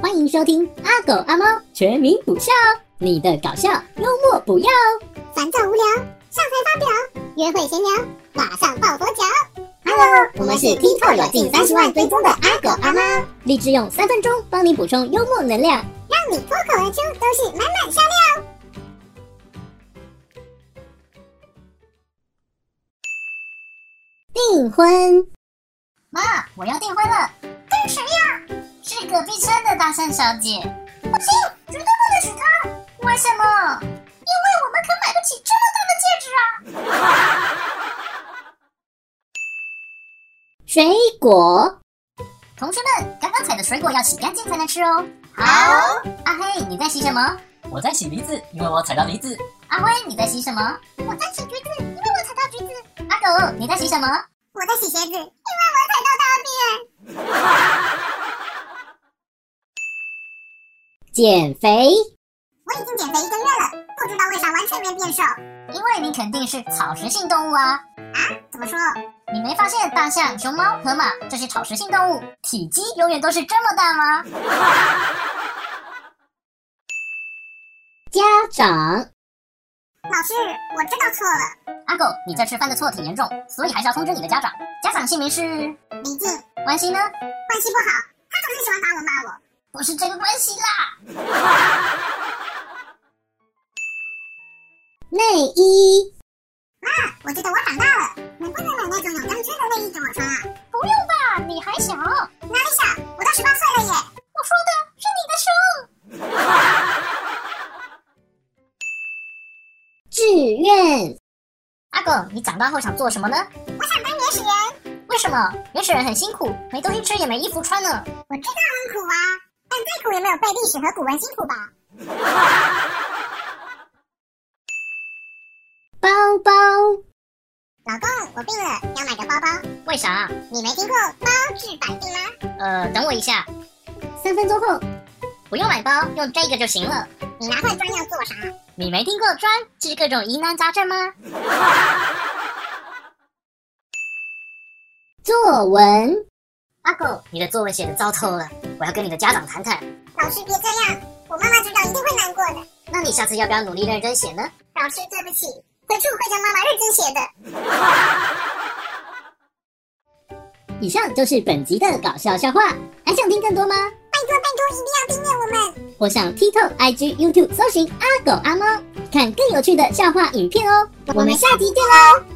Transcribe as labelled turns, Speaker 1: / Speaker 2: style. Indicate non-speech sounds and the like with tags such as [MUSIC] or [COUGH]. Speaker 1: 欢迎收听《阿狗阿猫全民补笑》，哦你的搞笑幽默补药。
Speaker 2: 烦躁无聊，上台发表，约会闲聊，马上抱佛脚。
Speaker 1: Hello，
Speaker 2: 我们是 TikTok 有近30万追踪的阿狗阿猫，
Speaker 1: 立志用三分钟帮你补充幽默能量。
Speaker 2: 让你脱口而出都是满满笑料。
Speaker 1: 订婚，
Speaker 2: 妈，我要订婚了。跟谁呀、是隔壁村的大善小姐。不行，绝对不能娶她。为什么？因为我们可买不起这么大的戒指啊。 [LAUGHS]
Speaker 1: 水果，
Speaker 2: 同学们，刚刚采的水果要洗干净才能吃哦。好。阿黑，你在洗什么？
Speaker 3: 我在洗梨子，因为我踩到梨子。
Speaker 2: 阿辉，你在洗什么？我在洗橘子，因为我踩到橘子。阿狗，你在洗什么？我在洗鞋子，因为我踩到大便。
Speaker 1: 减肥，
Speaker 2: 我已经减肥一个月了，不知道为啥完全没变瘦。因为你肯定是草食性动物啊！啊？怎么说？你没发现大象、熊猫、河马这些草食性动物体积永远都是这么大吗？
Speaker 1: [LAUGHS] 家长，
Speaker 2: 老师，我知道错了。阿狗，你这吃饭的错挺严重，所以还是要通知你的家长。家长姓名是李静，关系呢？关系不好，他总是喜欢打我骂我。不是这个关系啦。
Speaker 1: [LAUGHS] 内衣，
Speaker 2: 我觉得我长大了，能不能买那种有钢圈的内衣给我穿啊？不用吧，你还小。哪里小？我都十八岁了耶！我说的是你的手。
Speaker 1: 志愿，
Speaker 2: 阿狗，你长大后想做什么呢？我想当原始人。为什么？原始人很辛苦，没东西吃也没衣服穿呢。我知道很苦啊，但再苦也没有被历史和古文辛苦吧。
Speaker 1: 包包，
Speaker 2: 老公，我病了，要买个包包。为啥？你没听过包治百病吗？呃，等我一下，
Speaker 1: 三分钟后，
Speaker 2: 不用买包，用这个就行了。你拿块砖要做啥？你没听过砖治各种疑难杂症吗？
Speaker 1: 作文，
Speaker 2: 阿狗，你的作文写的糟透了，我要跟你的家长谈谈。老师别这样，我妈妈知道一定会难过的。那你下次要不要努力认真写呢？老师对不起，回去我会叫妈妈认真写的。
Speaker 1: 以上就是本集的搞笑笑话，还想听更多吗？
Speaker 2: 拜托拜托，一定要订阅我们。
Speaker 1: 或上 TikTok、IG、YouTube 搜寻“阿狗阿猫”，看更有趣的笑话影片哦。
Speaker 2: 我们下
Speaker 1: 集见喽！